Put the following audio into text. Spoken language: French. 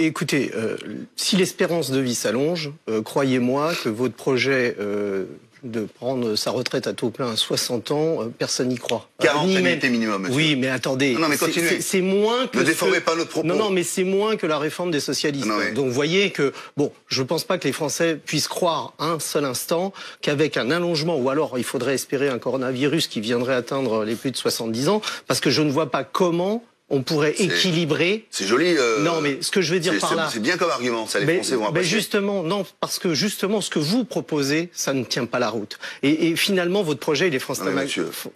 Écoutez, euh, si l'espérance de vie s'allonge, euh, croyez-moi que votre projet euh, de prendre sa retraite à taux plein à 60 ans, euh, personne n'y croit. 40 Ni même- annuités minimum, monsieur. Oui, mais attendez. Non, non, mais c'est- continuez. c'est- C'est moins que. Ne ce- déformez pas notre propos. Ah Non, non, mais c'est moins que la réforme des socialistes. Non, non, mais- Donc, vous voyez que, bon, je ne pense pas que les Français puissent croire un seul instant qu'avec un allongement, ou alors il faudrait espérer un coronavirus qui viendrait atteindre les plus de 70 ans, parce que je ne vois pas comment on pourrait C'est- équilibrer. C'est joli. euh, Non, mais ce que je veux dire c'est- par c'est- là. C'est bien comme argument, ça, les Mais, Français vont mais apprécier. justement, non, parce que justement, ce que vous proposez, ça ne tient pas la route. Et, et finalement, votre projet, il est France Non, mais Téma- monsieur. F-